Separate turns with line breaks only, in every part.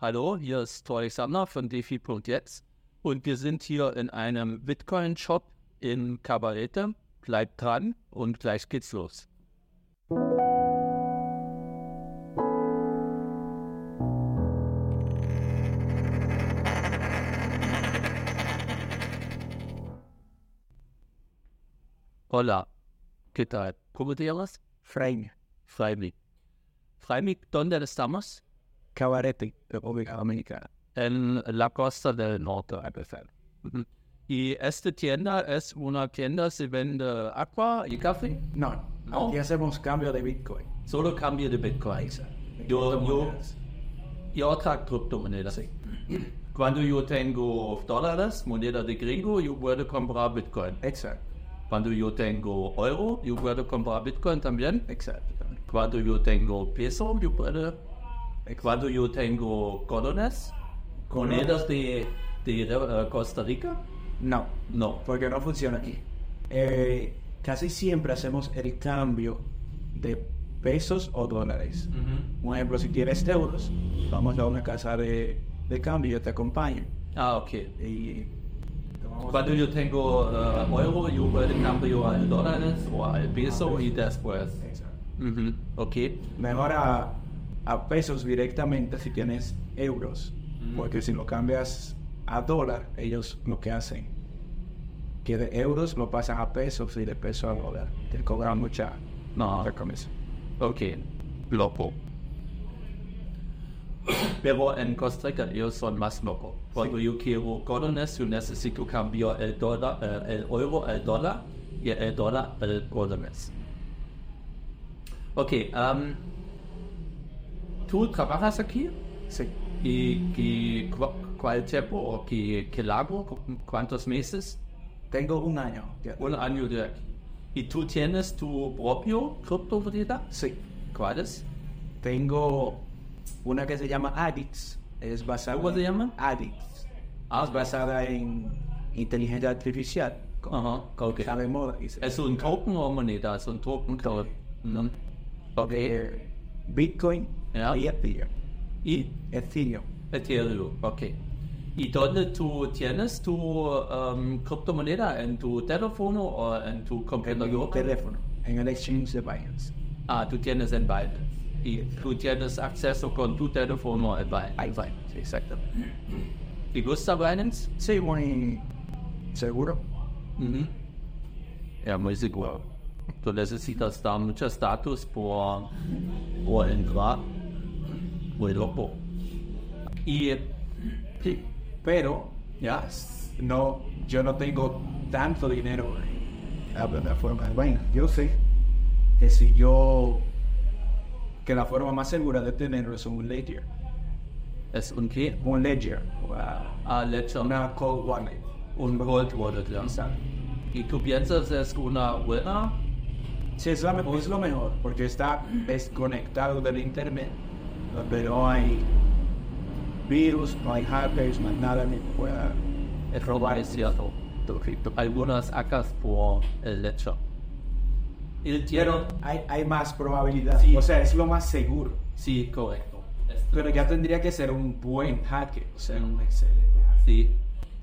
Hallo, hier ist Tor Alexander von DeFi.jetzt und wir sind hier in einem Bitcoin-Shop in Kabarete. Bleibt dran und gleich geht's los. Hola, ¿qué tal? ¿Cómo te llamas?
Frame,
Jaime. Jaime, ¿dónde estamos?
Cabarete, República Dominicana.
en la costa del norte. Ujú. Y esta tienda es una tienda, se vende agua y café.
No,
No.
aquí hacemos cambio de Bitcoin.
Solo cambio de Bitcoin. Yo, yo,
criptomonedas.
y otra criptomoneda. Cuando yo tengo dólares, moneda de gringo, yo puedo comprar Bitcoin.
Exacto,
Cuando yo tengo euro, yo puedo comprar Bitcoin también.
exacto.
Cuando yo tengo peso, yo puedo. Cuando yo tengo colones, monedas de, de, eh, Costa Rica,
No,
no.
porque no funciona aquí. Eh, casi siempre hacemos el cambio de pesos o dólares. Un ejemplo, si tienes euros, vamos a una casa de, de cambio, yo te acompaño.
Ah, ok.
Y te vamos a-
Cuando yo tengo eh, euro, yo puedo cambio al dólar o al peso y después.
Exacto.
Ujú, Ok.
Mejor a, a pesos directamente si tienes euros. Porque si lo cambias a dólar, ellos lo que hacen, que de euros lo pasan a pesos y de peso a dólar. Te cobran mucha,
No,
mucha comisión.
ok. Loco. Pero en Costa Rica ellos son más loco. Cuando yo quiero colones, yo necesito cambiar el, dólar, eh, el euro al dólar y el dólar al colones. Ok. am, ¿Tú trabajas aquí?
Sí.
¿Y, y cu- cuál tiempo o qué, qué largo? Cu- ¿Cuántos meses?
Tengo un año. ya.
Un año de aquí. ¿Y tú tienes tu propio criptomoneda?
Sí.
¿Cuál es?
Tengo una que se llama Addicts. Es basada
¿Cómo se llama?
Addicts.
Ah,
Es basada en inteligencia artificial.
Ajá, ok.
Está de moda. y se-
¿Es un token o moneda? Es un token, claro. ¿no? Ok.
de Eh, Bitcoin
Ya.
y Ethereum.
¿Y
Ethereum.
Ethereum? Ok. ¿Y dónde tú tienes tu um, criptomoneda? ¿En tu teléfono o en tu
En
computadora?
el teléfono. En el exchange de Binance.
Ah, tú tienes en beide. Y tú tienes acceso con tu teléfono en Mm-hmm. beide.
Ahí va. Sí, exacto.
¿Te gusta Binance?
Sí, muy seguro.
Mhm. Ja, muy seguro. Du necesitas da mucho status por, por entrar. Muy loco. Y,
Sí. Pero
ja,
no, yo no tengo tanto dinero en la plataforma de Binance. Yo sé que si yo que la forma más segura de tenerlo es un ledger.
es un Key.
Un ledger. Wow.
Ah, letzter
Una cold wallet.
und Gold Wallet, ja.
Exacto.
Y tú piensas es una buena.
Sí, es, la me- es lo mejor, porque está desconectado del internet, donde no hay virus, no hay hackers, no hay nada que pueda
Es robar es cierto.
tu cripto.
Algunas acas por el letzter. El tierno.
Hay, hay más probabilidad,
Sí.
o sea, es lo más seguro.
Sí, correcto.
Pero ya tendría que ser un buen hacker, o sea, un excelente hacker.
Sí.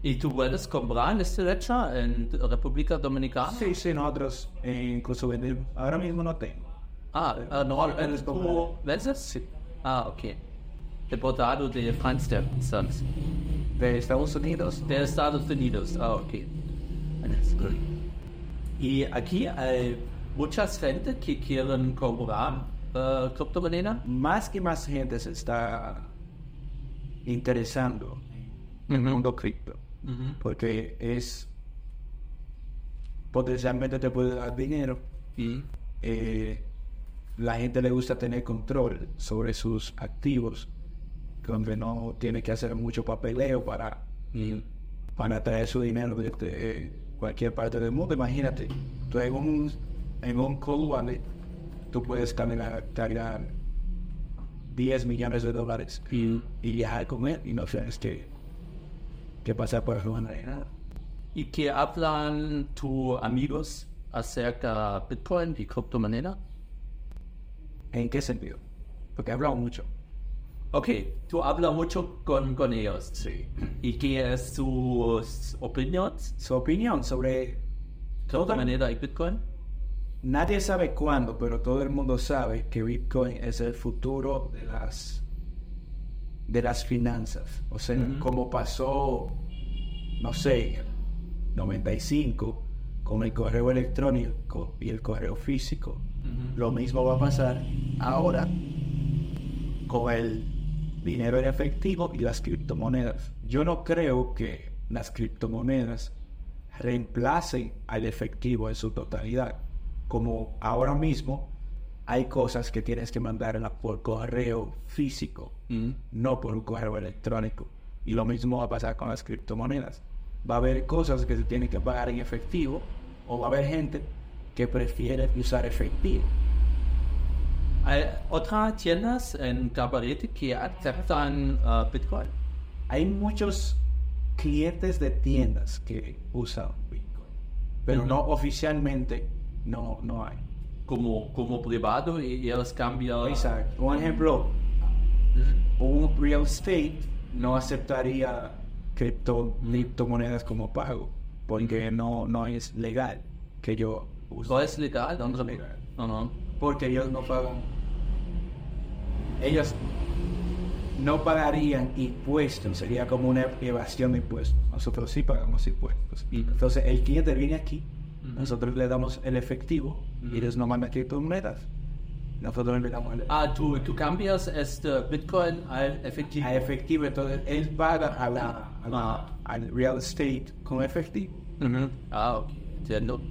¿Y tú puedes comprar este letzter en República Dominicana?
Sí, sí, nosotros eh, incluso vendemos. Ahora mismo no tengo.
Ah, äh, no,
Äh,
äh,
das kommt
du
rein.
Wesses? Ah, okay. Deportado de Francia, sonst.
De Estados Unidos.
De Estados Unidos, ah, okay. Y aquí hay muchas gente que quieren comprar äh, criptomoneda.
Más que más gente se está interesando en el
Mhm.
mundo cripto. porque es potencialmente te puede dar dinero.
Mhm.
Eh, la gente le gusta tener control sobre sus activos, donde no tiene que hacer mucho papeleo para,
Mhm.
para traer su dinero desde eh, cualquier parte del mundo. Imagínate, tú en un, en un cold wallet, tú puedes cargar, cargar 10 millones de dólares
Mhm.
y viajar con él y no tienes que, que pasar por la de nada.
¿Y qué hablan tus amigos acerca Bitcoin y criptomoneda?
¿En qué sentido? Porque hablamos mucho.
Ok, tú hablas mucho con, con ellos.
Sí.
¿Y qué es sus opiniones?
Su opinión sobre...
¿Creo que
Total.
manera hay Bitcoin?
Nadie sabe cuándo, pero todo el mundo sabe que Bitcoin es el futuro de las, de las finanzas. O sea,
Ujú.
como pasó, no sé, en el 95 con el correo electrónico y el correo físico. Lo mismo va a pasar ahora con el dinero en efectivo y las criptomonedas. Yo no creo que las criptomonedas reemplacen al efectivo en su totalidad. Como ahora mismo hay cosas que tienes que mandarlas por correo físico,
Mm.
no por un correo electrónico. Y lo mismo va a pasar con las criptomonedas. Va a haber cosas que se tienen que pagar en efectivo o va a haber gente que prefiere usar efectivo.
Hay otras tiendas en Cabarete que aceptan uh, Bitcoin.
hay muchos clientes de tiendas que usan Bitcoin, pero no oficialmente no, no hay.
Como, como privado y, y ellos cambian.
Exacto. Un ejemplo, un real estate no aceptaría cripto, criptomonedas como pago porque no, no es legal que yo use.
No es legal, no,
Legal.
no, no.
porque ellos no pagan. Ellos no pagarían impuestos, sería como una evasión de impuestos. Nosotros sí pagamos impuestos.
Ujú.
Entonces el cliente viene aquí,
Ujú.
nosotros le damos el efectivo
Ujú.
y ellos no mandan criptomonedas. Nosotros le damos el
Ah, tú, tú cambias este Bitcoin al efectivo.
a efectivo, entonces él paga a la, a la-
Ah.
al real estate con efectivo.
Ujú. Ah, ok, entiendo.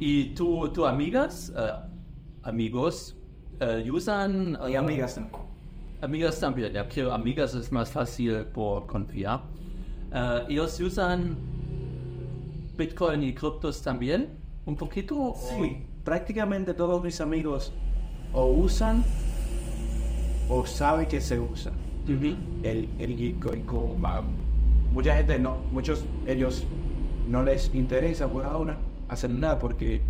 ¿Y tú, tu amigas, eh, amigos, eh, usan... eh,
Y amigas tampoco.
Amigas también, ya creo amigas es más fácil por confiar. Eh, ¿Ellos usan Bitcoin y criptos también? ¿Un poquito?
Sí, prácticamente todos mis amigos o usan o saben que se usa
Ujú.
el, el Bitcoin como pago. Mucha gente no, muchos ellos no les interesa por ahora hacer nada porque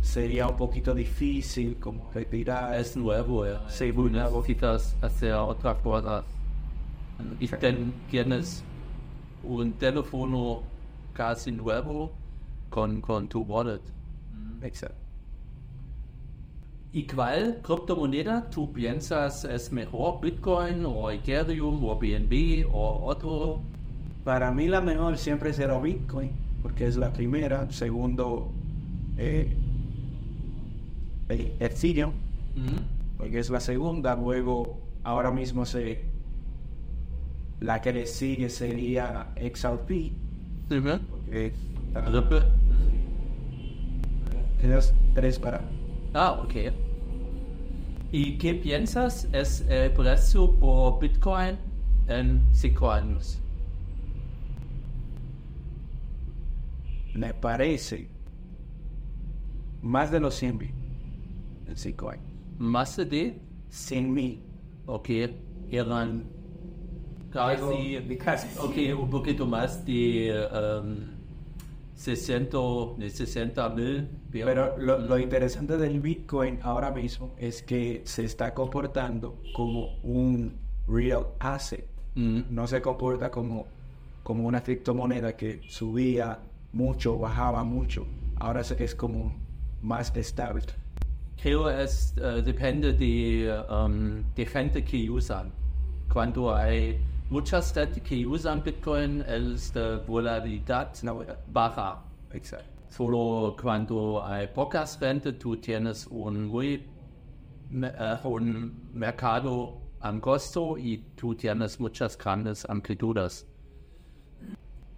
sería un poquito difícil como retirar.
Es nuevo, eh.
Sí,
Tú
muy nuevo.
Necesitas hacer otra cosa. Y
Sí.
ten- tienes un teléfono casi nuevo con, con tu wallet.
Exacto.
¿Y cuál criptomoneda tú piensas es mejor? ¿Bitcoin o Ethereum o BNB o otro?
Para mí la mejor siempre será Bitcoin, porque es la primera. Segundo, eh, el Ethereum,
¿Mm?
porque es la segunda. Luego, ahora mismo se, la que le sigue sería XRP.
Sí, ¿verdad?
Porque
Rippe.
tienes tres para.
Ah, ok. ¿Y qué piensas es el precio por Bitcoin en cinco años?
Me parece más de los 100 mil en cinco años.
Más de,
100 mil.
ok, eran casi,
Algo de casi.
ok, un poquito más de um, 60, de 60 mil.
Pero lo, lo interesante del Bitcoin ahora mismo es que se está comportando como un real asset.
Mm,
No se comporta como, como una criptomoneda que subía mucho, bajaba mucho. Ahora se- es como más estable.
creo es eh, depende de, um, de gente que usan. Cuando hay muchas gente que usan Bitcoin, es de volatilidad
Es una buena-
baja.
Exacto.
Solo cuando hay pocas rentes, tú tienes un muy me- eh, un mercado angosto y tú tienes muchas grandes amplitudes.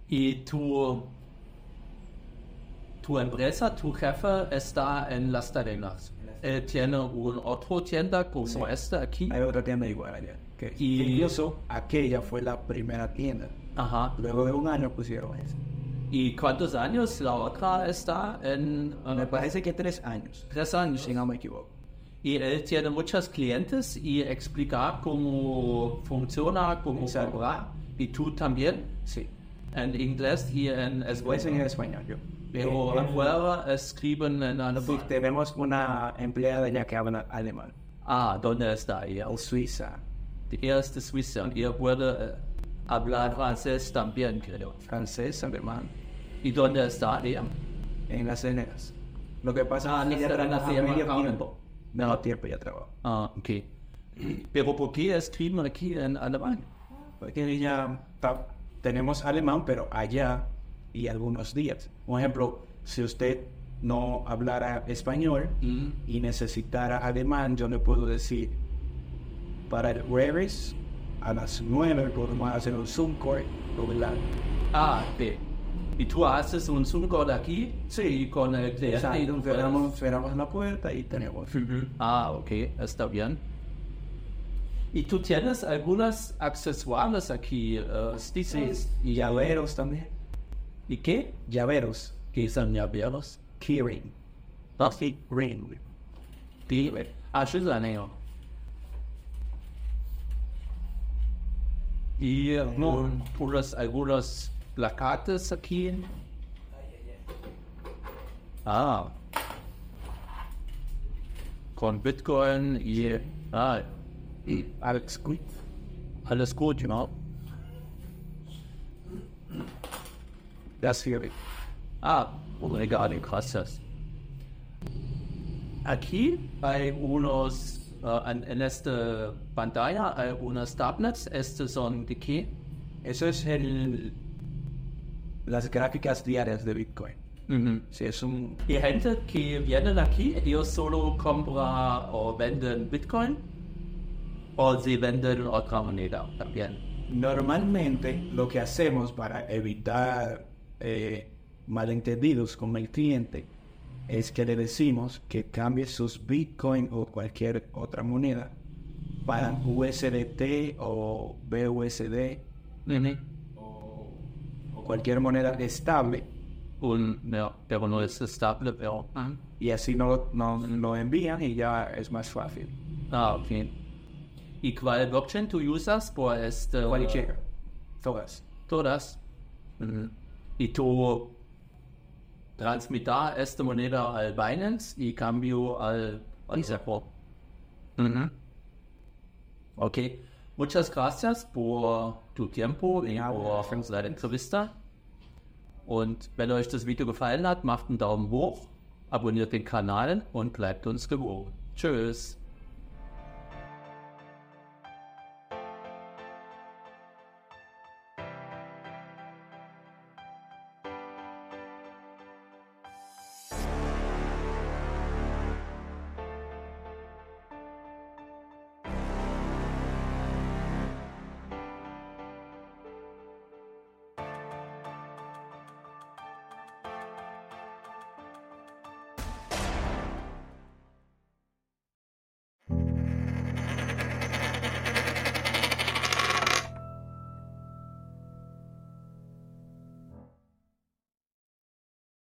Y tu, tu empresa, tu jefe está en Las Tarenas. Él tiene un otro tienda como
Sí.
esta aquí.
Hay otra tienda igual allá. que
Y-
incluso aquella fue la primera tienda.
Ajá.
Luego de un año pusieron esa.
¿Y cuántos años la otra está en eh,
Me parece que tres años.
tres años?
Si no me equivoco.
Y él tiene muchos clientes y explicar cómo funciona, cómo
Exacto.
cobrar. Y tú también,
Sí.
en inglés y en
Voy a enseñar
español.
español yo.
Pero
Eh,
afuera escriben en alemán.
Sí, tenemos una empleada ya que habla alemán.
Ah, ¿dónde está ella?
O Suiza.
Er es de Suiza und er puede eh, hablar francés también, creo.
francés, alemán,
¿Y dónde está ella?
en las ceneras. Lo que pasa
Ah,
es que
las
ella
ceneras
trabaja
se llaman
medio
Counter.
tiempo. No, tiempo ya trabaja.
Ah, ok. Pero ¿por qué escriben aquí en alemán?
Porque ella ta- tenemos alemán, pero allá y algunos días. Por ejemplo, si usted no hablara español
Mm.
y necesitara alemán, yo le puedo decir para el jueves a las 9 podemos hacer un Zoom call o hablar.
Ah, B. ¿Y tú haces un Zoom call aquí? Sí, con el cliente.
Exacto,
Pues-
cerramos, cerramos la puerta y tenemos.
Mhm. Ah, ok, está bien. ¿Y tú tienes algunos accesorios aquí? eh, stickers?
Y llaveros también.
¿Y qué?
Llaveros.
¿Qué son llaveros?
Keyring.
Ah,
Keyring.
sí. Ah, yo la leo. Y eh, no, puras algunos placates aquí. Ah. Con Bitcoin y... Ah,
Alex Quick.
alles gut, ja.
Das Keyring.
Ah, un regalo, gracias. Aquí hay unos, uh, en, en esta pantalla hay äh, unos tablets. Estos son de qué?
Eso es el, las gráficas diarias de Bitcoin. Si es un,
Die gente que vienen aquí, ellos solo compran o venden Bitcoin. O si venden otra moneda también.
normalmente lo que hacemos para evitar eh, malentendidos con el cliente es que le decimos que cambie sus Bitcoin o cualquier otra moneda para USDT o BUSD o cualquier moneda estable
Und, ja, pero no es estable, pero...
y así no, no lo envían y ya es más fácil.
Ah, okay. ¿Y cuál blockchain tú usas? Pues este...
Cualquiera. Todas.
todas. Y tú transmitar esta moneda al Binance y cambio al Reservo. Ok. Muchas gracias por tu tiempo y
Ja,
por
schön.
deine Entrevista. Und wenn euch das Video gefallen hat, macht einen Daumen hoch, abonniert den Kanal und bleibt uns gewogen. Tschüss.